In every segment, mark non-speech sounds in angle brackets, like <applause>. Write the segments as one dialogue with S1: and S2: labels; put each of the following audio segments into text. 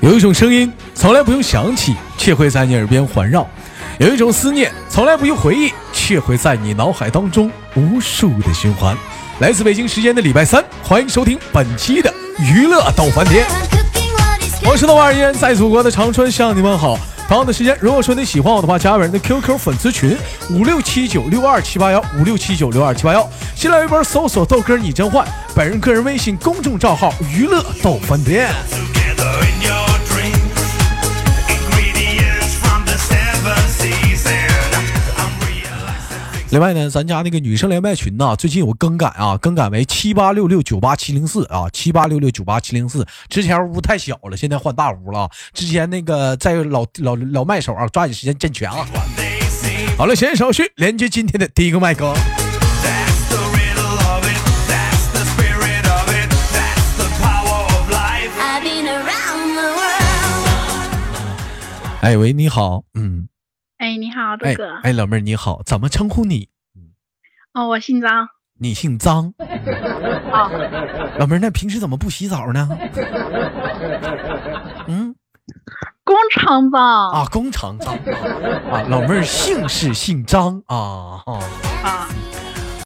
S1: 有一种声音从来不用想起，却会在你耳边环绕；有一种思念从来不用回忆，却会在你脑海当中无数的循环。来自北京时间的礼拜三，欢迎收听本期的娱乐逗翻天。我是豆瓣儿依然在祖国的长春向你们好。同样的时间，如果说你喜欢我的话，加本人的 QQ 粉丝群五六七九六二七八幺五六七九六二七八幺，新浪微博搜索豆哥你真坏，本人个人微信公众账号娱乐逗翻天。另外呢，咱家那个女生连麦群呐、最近有个更改啊，更改为七八六六九八七零四啊，七八六六九八七零四。之前屋太小了，现在换大屋了啊。之前那个在老老老麦手啊，抓紧时间健全啊。好了，闲言少叙，连接今天的第一个麦克。哎喂，你好，嗯，
S2: 哎，你好，豆
S1: 哎
S2: 哥。
S1: 哎，老妹儿你好，怎么称呼你？
S2: 哦，我姓张。
S1: 你姓
S2: <laughs>
S1: 张，
S2: 啊、
S1: 老妹儿，那平时怎么不洗澡呢？嗯
S2: 工厂吧。啊
S1: 啊，工厂张啊，老妹儿姓氏姓张啊啊，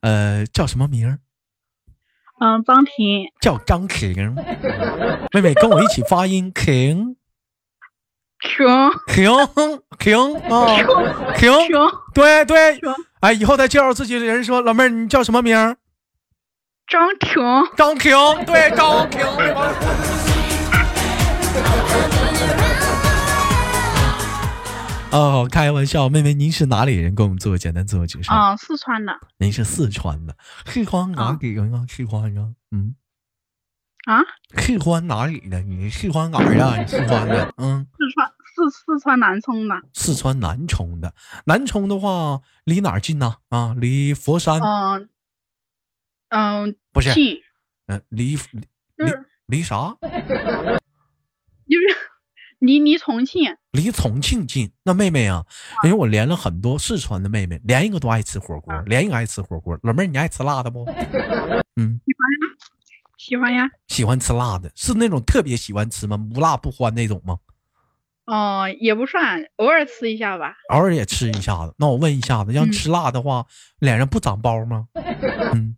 S1: 呃，叫什么名儿？
S2: 嗯，张婷。
S1: 叫张婷。妹妹跟我一起发音，婷
S2: 穷
S1: 婷婷啊，婷，
S2: 穷
S1: 对对
S2: 婷，
S1: 哎，以后再介绍自己的人说，老妹儿你叫什么名儿？
S2: 张婷。
S1: 张婷，对，张婷。哦，开玩笑，妹妹，您是哪里人？给我们做个简单自我介绍。
S2: 啊、四川的。
S1: 您是四川的，四川哪
S2: 啊
S1: 里人啊？四川啊，嗯，
S2: 啊，
S1: 四川哪里的？你是四川哪儿啊？你四川
S2: <laughs>
S1: 的，嗯，
S2: 四川四四川南充的。
S1: 四川南充的。南充的话，离哪儿近呢？啊，离佛山、
S2: 嗯嗯，
S1: 不是？
S2: 去
S1: 嗯，离
S2: 就
S1: 离
S2: 是
S1: 离啥？
S2: 就是离离重庆。
S1: 离重庆近。那妹妹啊，因为我连了很多四川的妹妹，连一个都爱吃火锅
S2: 啊，
S1: 连一个爱吃火锅。老妹儿，你爱吃辣
S2: <laughs>
S1: 的不？嗯，
S2: 喜欢呀。
S1: 喜欢吃辣的，是那种特别喜欢吃吗？无辣不欢那种吗？
S2: 哦、也不算，偶尔吃一下吧。
S1: 偶尔也吃一下子。那我问一下子，要
S2: 嗯
S1: 吃辣的话，脸上不长包吗？嗯，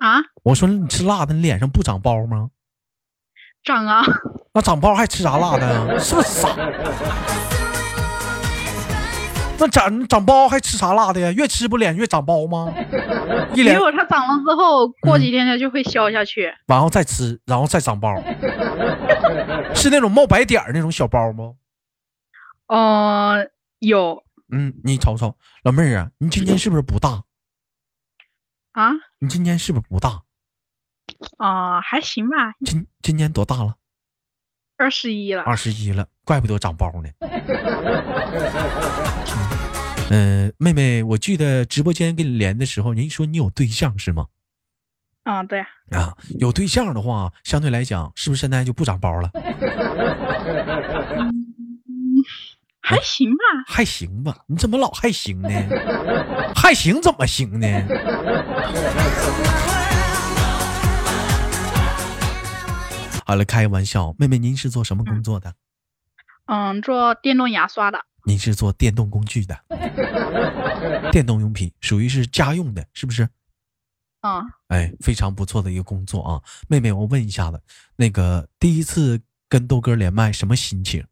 S2: 啊，
S1: 我说你吃辣的，你脸上不长包吗？
S2: 长啊。
S1: 那长包还吃啥辣的呀？是不是傻？那长长包还吃啥辣的呀？越吃不脸越长包吗？一
S2: 没
S1: 脸
S2: 有，它长了之后，过
S1: 嗯
S2: 几天它就会消下去。
S1: 然后再吃，然后再长包，是那种冒白点儿那种小包吗？
S2: 哦、有
S1: 嗯，你瞅瞅，老妹儿啊，你今年是不是不大？
S2: 啊
S1: 你今年是不是不大？
S2: 哦、还行吧，
S1: 今今年多大了？
S2: 二十一了。
S1: 二十一了，怪不得长包呢。嗯、呃 <laughs> 妹妹，我记得直播间跟你连的时候，您说你有对象是吗？
S2: 啊、对啊，
S1: 啊，有对象的话，相对来讲，是不是现在就不长包了？
S2: 还行吧。
S1: 还行吧？你怎么老还行呢？还行怎么行呢？ <laughs> 好了，开玩笑，妹妹，您是做什么工作的？
S2: 嗯，做电动牙刷的。
S1: 您是做电动工具的，电动用品属于是家用的，是不是？
S2: 嗯，
S1: 哎，非常不错的一个工作啊，妹妹，我问一下子，那个第一次跟豆哥连麦，什么心情？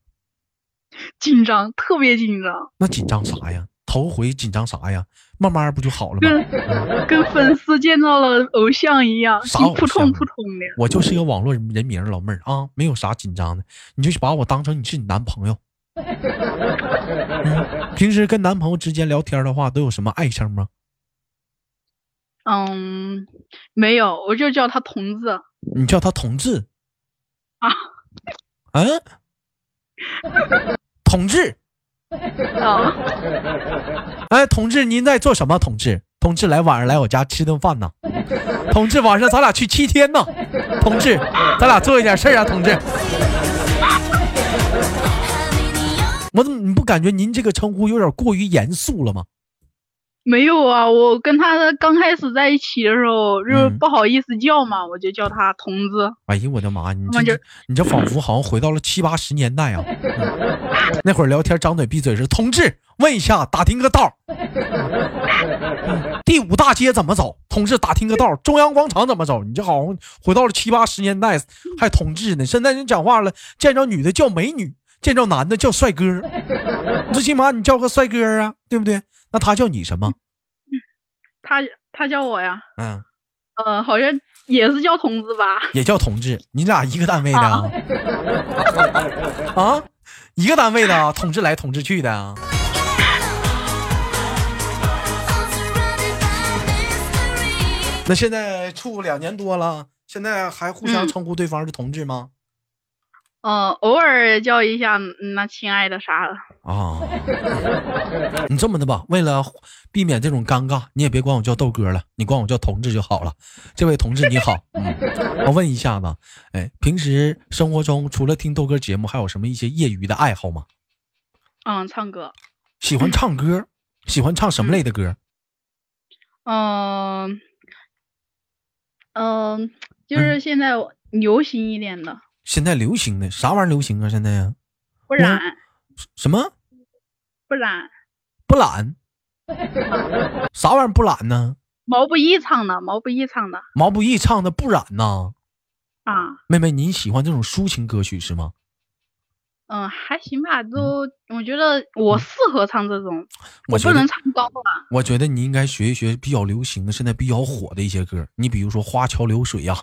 S2: 紧张，特别紧张，
S1: 那紧张啥呀？头回紧张啥呀？慢慢不就好了吗？ <laughs>
S2: 跟跟粉丝见到了偶像一样，
S1: 啥
S2: 心
S1: 偶
S2: 扑
S1: 像
S2: 通
S1: 啊
S2: 扑通的。
S1: 我就是个网络人名儿老妹儿啊，没有啥紧张的，你就把我当成你是你男朋友。 <laughs> 嗯，平时跟男朋友之间聊天的话，都有什么爱称吗？
S2: 嗯，没有，我就叫他同志。
S1: 你叫他同志
S2: 啊？
S1: 嗯，同志，
S2: 啊，
S1: 哎，同志，您在做什么？同志，同志来晚上来我家吃顿饭呐。同志，晚上咱俩去七天呐。同志，咱俩做一点事儿啊，同志。我怎么你不感觉您这个称呼有点过于严肃了吗？
S2: 没有啊，我跟他刚开始在一起的时候，就是
S1: 嗯
S2: 不好意思叫嘛，我就叫他童子。
S1: 哎呦我的妈！你
S2: 那
S1: 这
S2: 就
S1: 你这仿佛好像回到了七八十年代啊！嗯那会儿聊天张嘴闭嘴是同志，问一下打听个道儿、嗯第五大街怎么走？同志打听个道儿，中央广场怎么走？你这好像回到了七八十年代，还同志呢。现在人讲话了，见着女的叫美女，见着男的叫帅哥，最起码你叫个帅哥啊，对不对？那他叫你什么？
S2: 他他叫我呀，
S1: 嗯，
S2: 呃，好像也是叫童子吧？
S1: 也叫同志，你俩一个单位的啊？啊，一个单位的啊，同志来同志去的啊？那现在处两年多了，现在还互相
S2: 嗯
S1: 称呼对方是同志吗？
S2: 嗯、偶尔叫一下嗯那亲爱的啥的。
S1: 啊，哦你这么的吧，为了避免这种尴尬，你也别管我叫豆哥了，你管我叫同志就好了。这位同志你好，嗯，我问一下子，哎，平时生活中除了听豆哥节目，还有什么一些业余的爱好吗？
S2: 嗯，唱歌。
S1: 喜欢唱歌，喜欢唱什么类的歌？
S2: 嗯、嗯、就是现在流行一点的，
S1: 现在流行的啥玩意儿流行啊？现在呀，嗯
S2: 不染、
S1: 什么
S2: 不染，
S1: 不懒？啥玩意儿不懒呢？
S2: 毛不易唱的，毛不易唱的
S1: 毛不易唱的不染呐。
S2: 啊。
S1: 妹妹，你喜欢这种抒情歌曲是吗？
S2: 嗯，还行吧，都我觉得我适合唱这种，我
S1: 觉
S2: 不
S1: 得
S2: 能唱啊高了。
S1: 我觉得你应该学一学比较流行的、现在比较火的一些歌，你比如说《花桥流水》
S2: <laughs>
S1: 呀、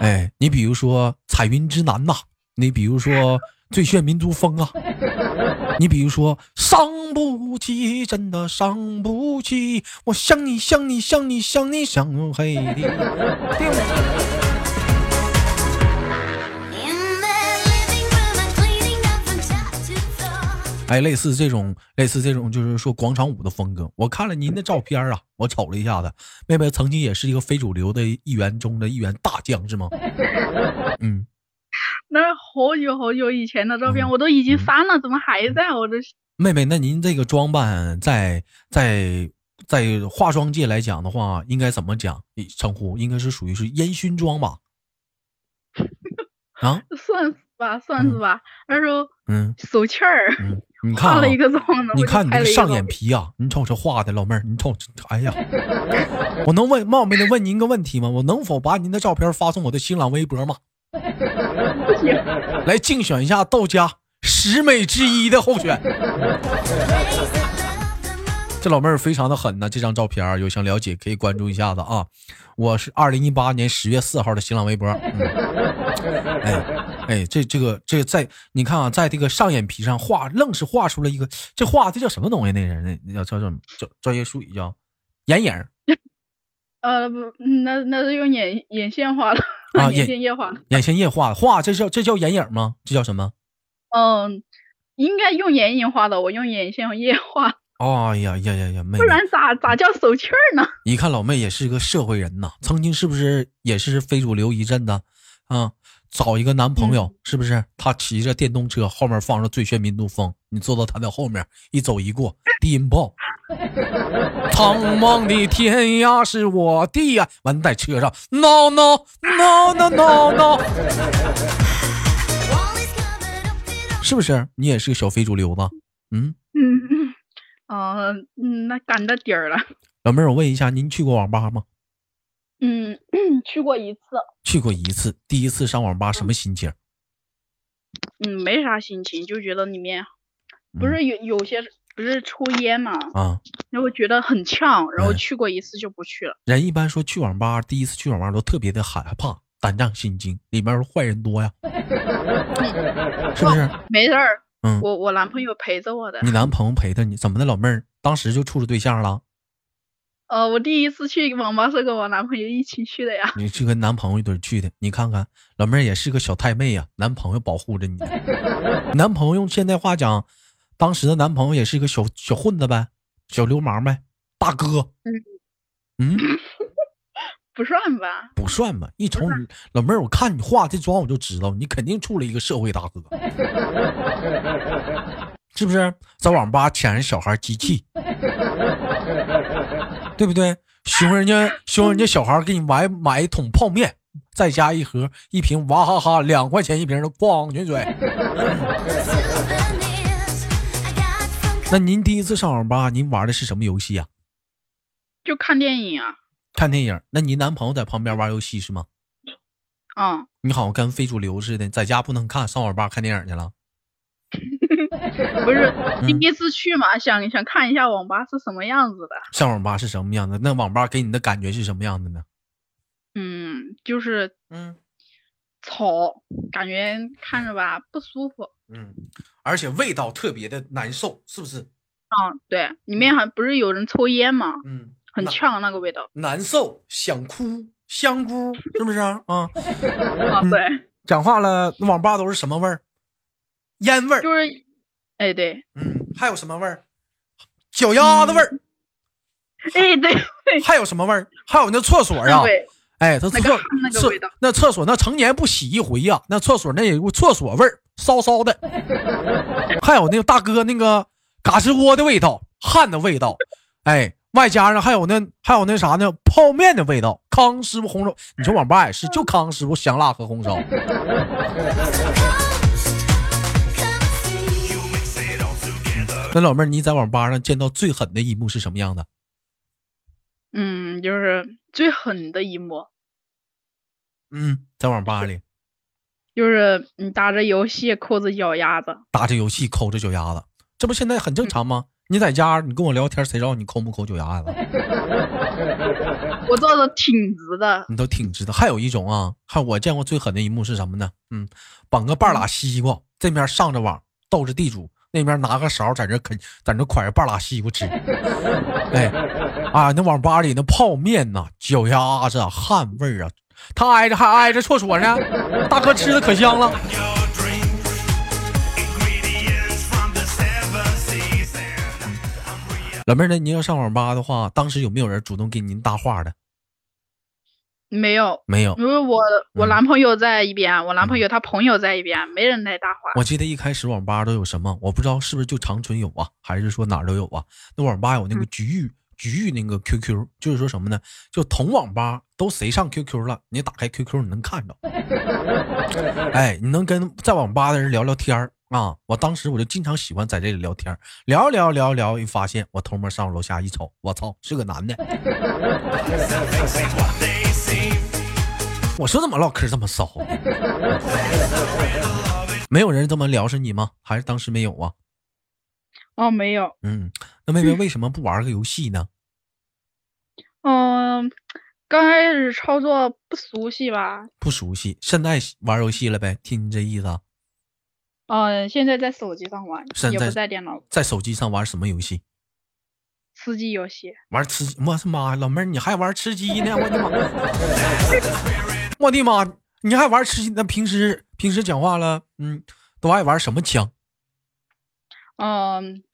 S1: 哎，你比如说《彩云之南》呐，你比如说《最炫民族风》啊，你比如说“伤不起”，真的伤不起，我想你想你想你想你想黑的，哎，类似这种类似这种就是说广场舞的风格。我看了您的照片啊，我瞅了一下子，妹妹曾经也是一个非主流的一员中的一员大将
S2: <laughs>
S1: 是吗？嗯。
S2: 那是好久好久以前的照片，我都
S1: 嗯
S2: 已经删了，怎么还在？我都
S1: 妹妹，那您这个装扮在在在化妆界来讲的话，应该怎么讲诶称呼？应该是属于是烟熏妆
S2: <laughs>
S1: 吧？啊，
S2: 算是吧，算是吧。那时候
S1: 嗯
S2: 手欠儿
S1: 嗯，你看、
S2: 化
S1: 啊、
S2: 了一个妆呢，
S1: 你
S2: 我就
S1: 看你这
S2: 拍了
S1: 个
S2: 一
S1: 上
S2: 个
S1: 眼皮呀、你瞅这画的老妹儿，你瞅这，哎呀，我能问冒昧的问您一个问题吗？我能否把您的照片发送我的新浪微博吗？
S2: 不行，
S1: 来竞选一下道家十美之一的候选。这老妹儿非常的狠呐、这张照片儿有想了解可以关注一下子啊。我是二零一八年十月四号的新浪微博。嗯、哎哎，这这个这个在你看啊，在这个上眼皮上画，愣是画出了一个这画这叫什么东西？那人那那叫叫什么？叫专业术语叫眼影儿
S2: 呃，不，那那是用眼眼线画的，
S1: 啊眼
S2: <laughs> 眼线液画的。
S1: 眼线液画画，这叫这叫眼影儿吗？这叫什么？
S2: 嗯，应该用眼影画的，我用眼线液画，
S1: 哎呀呀呀呀！妹
S2: 不
S1: 妹。
S2: 然咋咋叫手气儿呢？ <laughs>
S1: 一看老妹也是个社会人呐，曾经是不是也是非主流一阵子啊？找一个男朋
S2: 嗯
S1: 友、是不是？他骑着电动车，后面放着《最炫民族风》，你坐到他的后面，一走一过，低音
S2: <laughs>
S1: 炮。苍茫的天涯是我的呀，完你在车上，no no no no no no，是不是？你也是个小非主流子，嗯。
S2: 嗯，呃，嗯，那赶到底儿了。
S1: 老妹儿，我问一下，您去过网吧吗？
S2: 嗯，去过一次，
S1: 去过一次，第一次上网吧什么心情？
S2: 嗯，没啥心情，就觉得里面不
S1: 嗯
S2: 是有有些不是抽烟嘛，
S1: 啊，
S2: 然后觉得很呛，然后
S1: 嗯
S2: 去过一次就不去了。
S1: 人一般说去网吧，第一次去网吧都特别的害怕、胆战心惊，里面儿坏人多呀，是不是？
S2: 没事儿，
S1: 嗯
S2: 我我男朋友陪着我的。
S1: 你男朋友陪着你，怎么的，老妹儿，当时就处着对象了？
S2: 呃，我第一次去网吧是跟我男朋友一起去的呀。
S1: 你是跟男朋友一堆儿去的，你看看，老妹儿也是个小太妹呀、男朋友保护着你，男朋友用现代话讲，当时的男朋友也是一个小小混子呗，小流氓呗，大哥，嗯，
S2: 不算吧，
S1: 不算吧？一瞅你老妹儿，我看你化这妆，我就知道你肯定处了一个社会大哥， <laughs> 是不是？在网吧抢人小孩机器，对不对？熊人家熊人家小孩给你买买一桶泡面，再加一盒一瓶娃哈哈，两块钱一瓶的咣泉水。那您第一次上网吧，您玩的是什么游戏呀、啊
S2: 就看电影啊，
S1: 看电影。那您男朋友在旁边玩游戏是吗？
S2: 嗯，
S1: 你好像跟非主流似的，在家不能看，上网吧看电影去了。
S2: 不是
S1: 嗯
S2: 第一次去嘛，想想看一下网吧是什么样子的。
S1: 上网吧是什么样的？那网吧给你的感觉是什么样的呢？
S2: 嗯，就是
S1: 嗯
S2: 吵，感觉看着吧不舒服。
S1: 嗯，而且味道特别的难受，是不是？
S2: 嗯，对，里面还不是有人抽烟嘛，
S1: 嗯，
S2: 很
S1: 难
S2: 呛那个味道。
S1: 难受，想哭，香菇，是不是啊？啊
S2: 啊，对，
S1: 讲话了，那网吧都是什么味儿？烟味儿，
S2: 就是，哎对，
S1: 嗯，还有什么味儿？脚丫子味
S2: 嗯
S1: 儿，
S2: 哎对，
S1: 还有什么味儿？ <laughs> 还有那厕所啊，
S2: 对，
S1: 哎，他厕
S2: 那个那个
S1: 厕
S2: 味道
S1: 那厕所那成年不洗一回呀、那厕所那有厕所味儿，骚骚
S2: <laughs>
S1: 的，还有那个大哥那个嘎吱窝的味道，汗的味道，哎，外加上还有那还有那啥呢，泡面的味道，康师傅红烧，你说网吧也是，
S2: 嗯
S1: 就康师傅香辣和红
S2: <laughs>
S1: 烧，那老妹儿，你在网吧上见到最狠的一幕是什么样的？
S2: 嗯，就是最狠的一幕，
S1: 嗯，在网吧里
S2: 就是你打着游戏扣着脚丫子，
S1: 打着游戏抠着脚丫子，这不现在很正常吗？你在家你跟我聊天，谁知道你抠不抠脚丫子？
S2: 我坐着挺直的，
S1: 你都挺知道。还有一种啊，还有我见过最狠的一幕是什么呢？嗯，绑个半拉西瓜，这面上着网斗着地主，那面拿个勺在这啃，在这㧟着半拉西瓜吃。哎，啊，那网吧里那泡面呐、脚丫子啊、汗味儿啊，他挨着还挨着厕所呢，大哥吃的可香了。老妹儿呢？您要上网吧的话，当时有没有人主动给您搭话的？
S2: 没有。
S1: 没有。
S2: 因为我我
S1: 嗯
S2: 男朋友在一边，我男朋友他朋友在一边，没人来搭话。
S1: 我记得一开始网吧都有什么，我不知道是不是就长春有啊，还是说哪儿都有啊？那网吧有那个局域、局域那个 QQ，就是说什么呢？就同网吧都谁上 QQ 了，你打开 QQ 你能看着，哎，你能跟在网吧的人聊聊天儿啊。我当时我就经常喜欢在这里聊天儿，聊聊聊聊，一发现我偷摸上楼下一瞅，我操，是个男的。我说怎么唠嗑这么骚？啊 <laughs> 没有人这么聊是你吗？还是当时没有啊？
S2: 哦，没有。
S1: 嗯，那妹妹为什么不玩个游戏呢？
S2: 嗯，刚开始操作不熟悉吧？
S1: 不熟悉，现在玩游戏了呗？听你这意思，啊，
S2: 嗯，现在在手机上玩
S1: 现，
S2: 也不
S1: 啊在
S2: 在电脑，
S1: 在手机上玩什么游戏？
S2: 吃鸡游戏。
S1: 玩吃鸡？我的妈呀，老妹儿你还玩吃鸡呢？我的妈！我的妈！你还玩吃鸡？那平时平时讲话了，嗯，都爱玩什么枪？
S2: 嗯，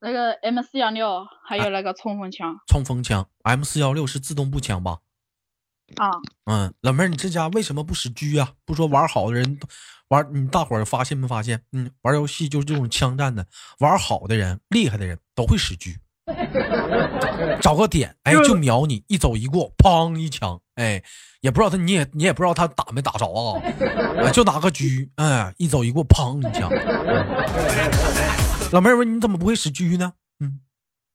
S2: 那个 M 四幺六，还
S1: 啊
S2: 有那个冲锋枪
S1: 冲锋枪？M 四幺六是自动步枪吧？
S2: 啊，
S1: 嗯，老妹儿，你这家为什么不识狙啊？不说玩好的人，玩你大伙儿发现没发现？嗯，玩游戏就是这种枪战的，玩好的人、厉害的人都会使狙，找个点，哎，
S2: 就是
S1: 就瞄你，一走一过，砰一枪，哎，也不知道他，你也你也不知道他打没打着啊，啊就拿个狙，哎，一走一过，砰一枪。老妹儿问你怎么不会使狙呢？嗯，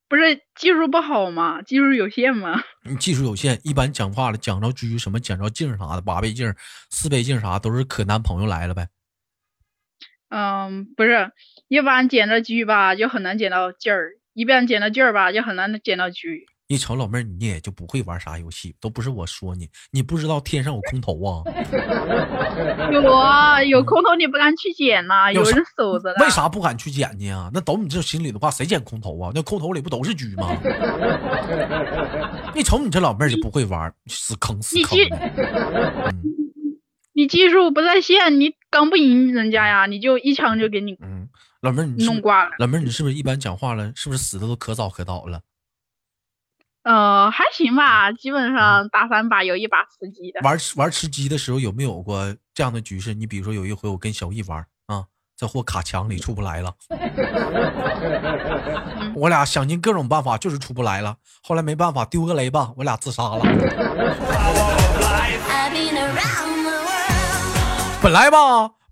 S2: 不是技术不好嘛，技术有限嘛。 <laughs>
S1: 你技术有限，一般讲话了，讲着狙什么，讲着镜啥的，八倍镜、四倍镜啥，都是可男朋友来了呗。
S2: 嗯，不是，一般捡到狙吧就很难捡到劲儿，一般捡到劲儿吧就很难捡到狙。
S1: 一瞅老妹儿，你也就不会玩啥游戏，都不是我说你，你不知道天上有空投啊？
S2: 有啊，有空投你不敢去捡呐、
S1: 嗯有
S2: 有
S1: 啥
S2: 人守着的。
S1: 为？啥不敢去捡去啊？那懂你这心里的话，谁捡空投啊？那空投里不都是狙吗？一瞅你这老妹儿就不会玩，死坑死
S2: 你
S1: 坑
S2: 去
S1: 的。嗯
S2: 你技术不在线，你刚不赢人家呀，你就一枪就给你
S1: 嗯，老妹儿你是不
S2: 弄挂了。
S1: 老妹儿你是不是一般讲话了？是不是死的都可早可早了？
S2: 呃，还行吧，基本上打三把有一把吃鸡的。
S1: 玩吃玩吃鸡的时候有没有过这样的局势？你比如说有一回我跟小易玩啊，这货卡墙里出不来了。我俩想尽各种办法，就是出不来了。后来没办法，丢个雷吧，我俩自杀了。
S3: I've been around the world.
S1: 本来吧，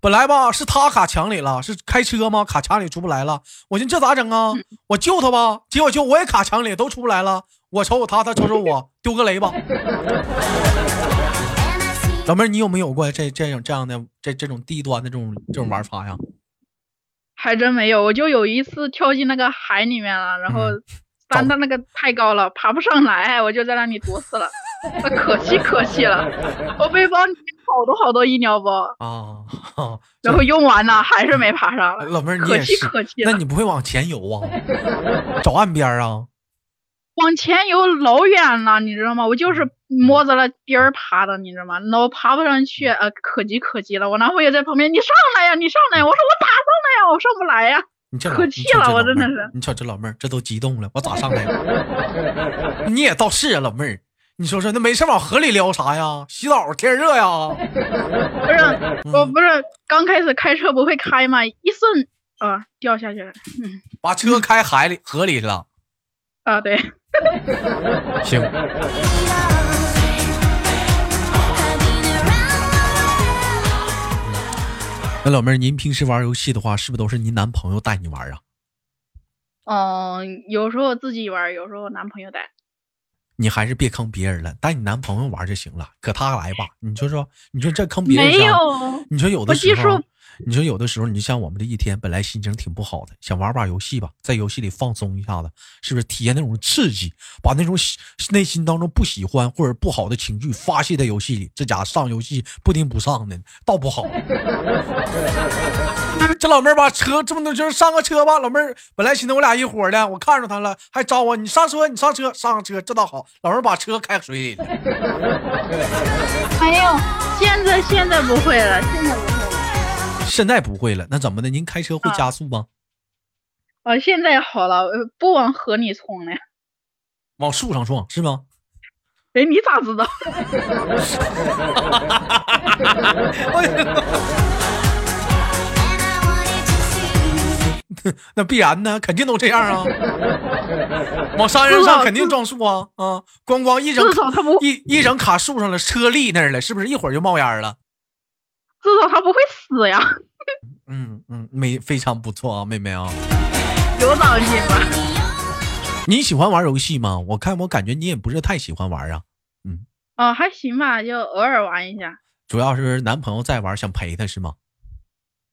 S1: 本来吧，是他卡墙里了，是开车吗？卡墙里出不来了。我寻思这咋整啊？我救他吧，结果就我也卡墙里，都出不来了。我瞅瞅他，他瞅瞅我，丢个雷吧。
S3: And I've seen
S1: 老妹儿，你有没有过这这种这样的这这种低端的这种这种玩法呀？
S2: 还真没有，我就有一次跳进那个海里面了，然后
S1: 嗯
S2: 但它那个太高了，爬不上来，哎我就在那里躲死了， <laughs> 那可惜可惜
S1: <laughs>
S2: 了，我背包里面好多好多医疗包，
S1: 啊，哈
S2: 然后用完了还是没爬上来，
S1: 老妹儿你
S2: 可
S1: 也
S2: 惜
S1: 是，
S2: 可惜
S1: 那
S2: 了，
S1: 你不会往前游啊？找岸边儿啊？
S2: 往前游老远了，你知道吗？我就是摸着了边儿爬的，你知道吗？老爬不上去，呃，可急可急了，我男朋友在旁边，你上来呀，你上来呀，我说我咋上来呀，我上不来呀，
S1: 你这老
S2: 可
S1: 你
S2: 气
S1: 瞅
S2: 了
S1: 这
S2: 我
S1: 老
S2: 真
S1: 妹儿
S2: 的是
S1: 你瞅这老妹儿，这都激动了，我咋上来呀？ <laughs> 你也倒是啊，老妹儿，你说说，那没事往河里撩啥呀？洗澡天热
S2: <laughs>
S1: 呀？嗯
S2: 不是，我不是刚开始开车不会开嘛，一瞬啊、掉下去了，嗯
S1: 把车开海里河里了。
S2: 啊对。
S1: 行，
S3: I've been around the world.
S1: 那老妹儿，您平时玩游戏的话，是不是都是您男朋友带你玩啊？
S2: 嗯，有时候自己玩儿，有时候男朋友带。
S1: 你还是别坑别人了，带你男朋友玩就行了，可他来吧。你说说，你说这坑别人
S2: 没
S1: 啥？
S2: 有，
S1: 你说有的
S2: 我
S1: 时
S2: 技
S1: 候
S2: 术，
S1: 你说有的时候，你就像我们这一天本来心情挺不好的，想玩把游戏吧，在游戏里放松一下子，是不是体验那种刺激，把那种喜内心当中不喜欢或者不好的情绪发泄在游戏里？这家上游戏不听不上的，倒不好。这老妹儿把车这么多，就是上个车吧，老妹儿本来寻思我俩一伙的，我看着她了，还招我，你上车，你上车，上车，这倒好，老妹儿把车开水里了。
S2: 没有，现在现在不会了，现在不会了。
S1: 现在不会了，那怎么的？您开车会加速吗？
S2: 啊，现在好了，呃不往河里冲了。
S1: 往树上撞是吗？
S2: 哎，你咋知道？
S3: And I wanted to see.
S1: <laughs> 那必然呢，肯定都这样啊。往山上上肯定撞树啊啊！咣咣一整
S2: 至少他不，
S1: 一一整卡树上了，车立那儿了，是不是一会儿就冒烟了？
S2: 至少他不会死呀，
S1: 嗯嗯，没非常不错啊，妹妹啊，
S2: 有长进吧？
S1: 你喜欢玩游戏吗？我看我感觉你也不是太喜欢玩啊，
S2: 哦，还行吧，就偶尔玩一下。
S1: 主要是男朋友在玩，想陪他是吗？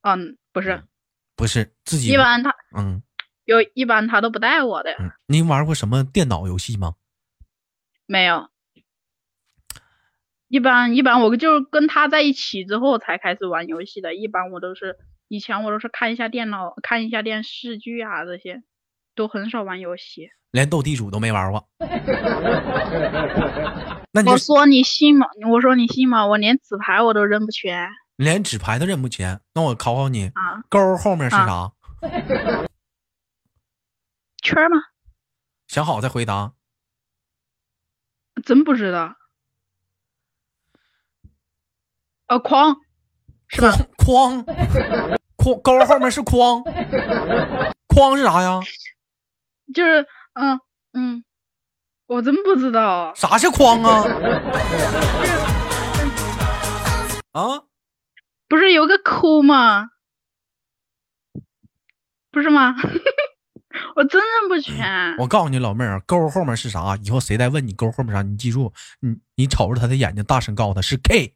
S2: 嗯，不是，
S1: 不是自己
S2: 一般他
S1: 嗯
S2: 有一般他都不带我的，
S1: 嗯，您玩过什么电脑游戏吗？
S2: 没有。一般一般我就跟他在一起之后才开始玩游戏的，一般我都是以前我都是看一下电脑、看一下电视剧啊这些，都很少玩游戏。
S1: 连斗地主都没玩过。那你就
S2: 我说你信吗？我说你信吗？我连纸牌我都扔不全
S1: 连纸牌都认不全，那我考考你，
S2: 啊，
S1: 勾后面是
S2: 啊
S1: 啥？
S2: 圈儿吗？
S1: 想好再回答。
S2: 真不知道。呃，框是吧？
S1: 框，框勾后面是框，框是啥呀？
S2: 就是嗯嗯，我真不知道。
S1: 啥是框啊？啊，
S2: 不是有个抠吗？不是吗？ <laughs> 我真认不全。
S1: 我告诉你，老妹儿，勾后面是啥？啊以后谁再问你勾后面啥，你记住，你你瞅着他的眼睛，大声告诉他是 K，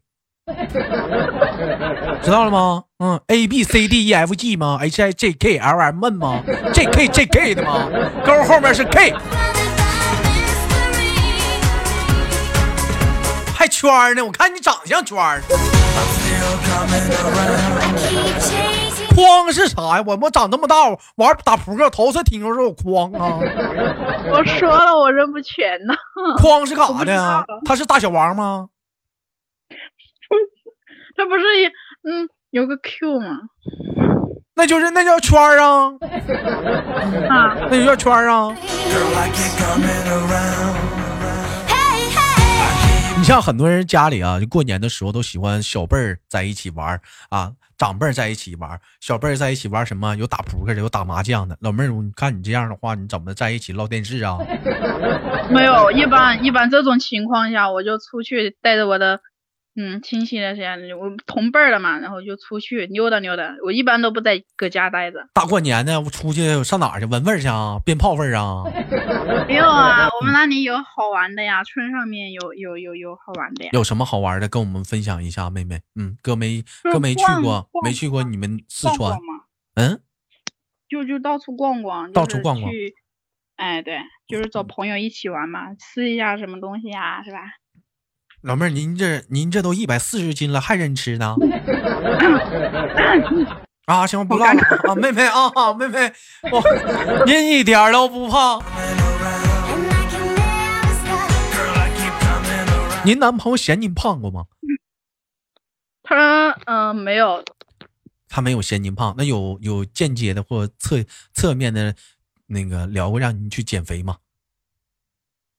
S1: 知道了吗？嗯，A B C D E F G 吗？H I J K L M N 吗？J K J K 的吗？勾后面是 K，
S3: Rather than mystery.
S1: 还圈儿呢？我看你长相圈儿，
S3: I keep chasing.
S1: 框是啥呀？我我长这么大玩打扑克，头次听说是有框啊。
S2: 我说了，我认不全呢。 <laughs>
S1: 框是干啥
S2: 嗯我不知
S1: 的呀
S2: 道？啊
S1: 他是大小王吗？
S2: 它不是也嗯有个 Q 吗？
S1: 那就是那叫圈儿啊，
S2: 啊，
S1: 那就叫
S2: <laughs>
S1: 圈儿啊。
S3: Hey, hey.
S1: 你像很多人家里啊，就过年的时候都喜欢小辈儿在一起玩儿啊，长辈儿在一起玩儿，小辈儿在一起玩儿什么？有打扑克的，有打麻将的。老妹儿，你看你这样的话，你怎么在一起唠电视啊？
S2: 没有，一般一般这种情况下，我就出去带着我的嗯亲戚那些，我同辈儿的嘛，然后就出去溜达溜达。我一般都不在搁家待
S1: <laughs>
S2: 着。
S1: 大过年的，我出去上哪儿去闻味儿去啊？鞭炮味儿啊？
S2: 没有啊，我们那里有好玩的呀，村上面有有有有好玩的呀。
S1: 有什么好玩的跟我们分享一下，妹妹？嗯，哥没哥没去
S2: 逛
S1: 过，
S2: 逛
S1: 没去过你们四
S2: 逛
S1: 川
S2: 逛，嘛，
S1: 嗯，
S2: 就就到处逛逛，
S1: 到
S2: 就
S1: 处
S2: 是
S1: 逛逛嗯
S2: 去。哎，对，就是找朋友一起玩嘛，吃一下什么东西呀、是吧？
S1: 老妹儿，您这您这都一百四十斤了，还认吃呢？啊，行，不唠了啊，妹妹啊，啊妹妹，我您一点儿都不胖。
S3: And I can never stop.
S1: 您男朋友嫌您胖过吗？
S2: 他说，嗯、没有，
S1: 他没有嫌您胖，那有有间接的或侧侧面的，那个聊过让您去减肥吗？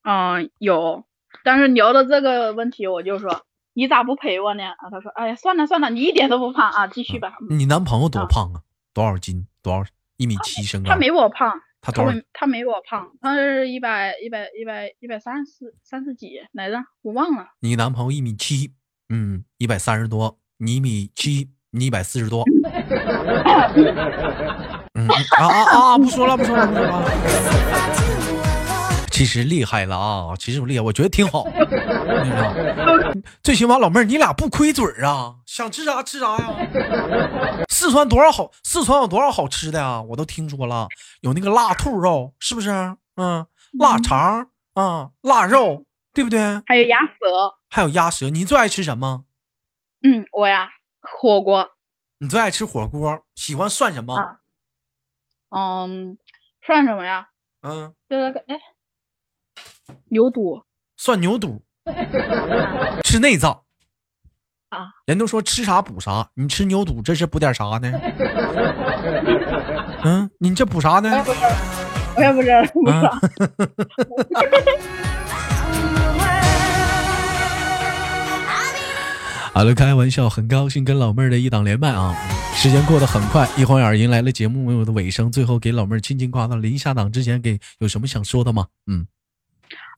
S2: 嗯，有，但是聊到这个问题，我就说你咋不陪我呢？啊，他说，哎呀，算了算了，你一点都不胖啊，继续吧。
S1: 你男朋友多
S2: 啊
S1: 胖啊？多少斤？多少？一米七身高？
S2: 他没我胖，
S1: 他
S2: 他
S1: 多少？
S2: 没他没我胖，他是一百一百一百一百三十三十几来着，我忘了。
S1: 你男朋友一米七，嗯，一百三十多，你一米七，你一百四十多。 <laughs> 嗯啊啊啊！不说了，不说了，不说了。其实厉害了啊，其实我厉害，我觉得挺好，你知道最起码老妹儿，你俩不亏嘴儿啊，想吃啥吃啥呀。四川多少好，四川有多少好吃的呀？我都听说了，有那个腊兔肉，是不是？嗯，腊肠啊，腊肉，对不对？
S2: 还有鸭舌，
S1: 还有鸭舌，你最爱吃什么？
S2: 嗯，我呀，火锅，
S1: 你最爱吃火锅，喜欢涮什么？
S2: 啊嗯，涮什么呀？
S1: 嗯，
S2: 就是那个哎，牛肚，
S1: 涮牛
S2: <laughs>
S1: 肚，吃内脏。
S2: 啊，
S1: 人都说吃啥补啥，你吃牛肚这是补点啥
S2: <laughs>
S1: 呢？嗯，你这补啥呢？
S2: 我也不知道，不知道
S1: 啊。
S2: 啊
S1: <laughs> 好了，开玩笑，很高兴跟老妹儿的一档连麦啊。时间过得很快，一晃眼儿迎来了节目的尾声。最后给老妹儿轻轻夸到临下档之前，给有什么想说的吗？嗯，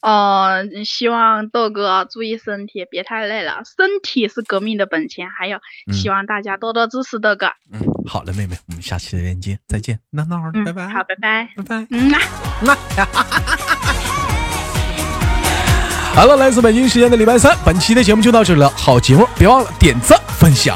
S2: 哦，希望豆哥注意身体，别太累了。身体是革命的本钱，还有
S1: 嗯
S2: 希望大家多多支持豆哥。
S1: 嗯，好了，妹妹，我们下期的连接再见。那那儿，
S2: 嗯，
S1: 拜拜，
S2: 好，拜拜。
S1: 拜拜。
S2: 嗯啊。
S1: 好了，来自北京时间的礼拜三，本期的节目就到这里了。好节目，别忘了点赞分享。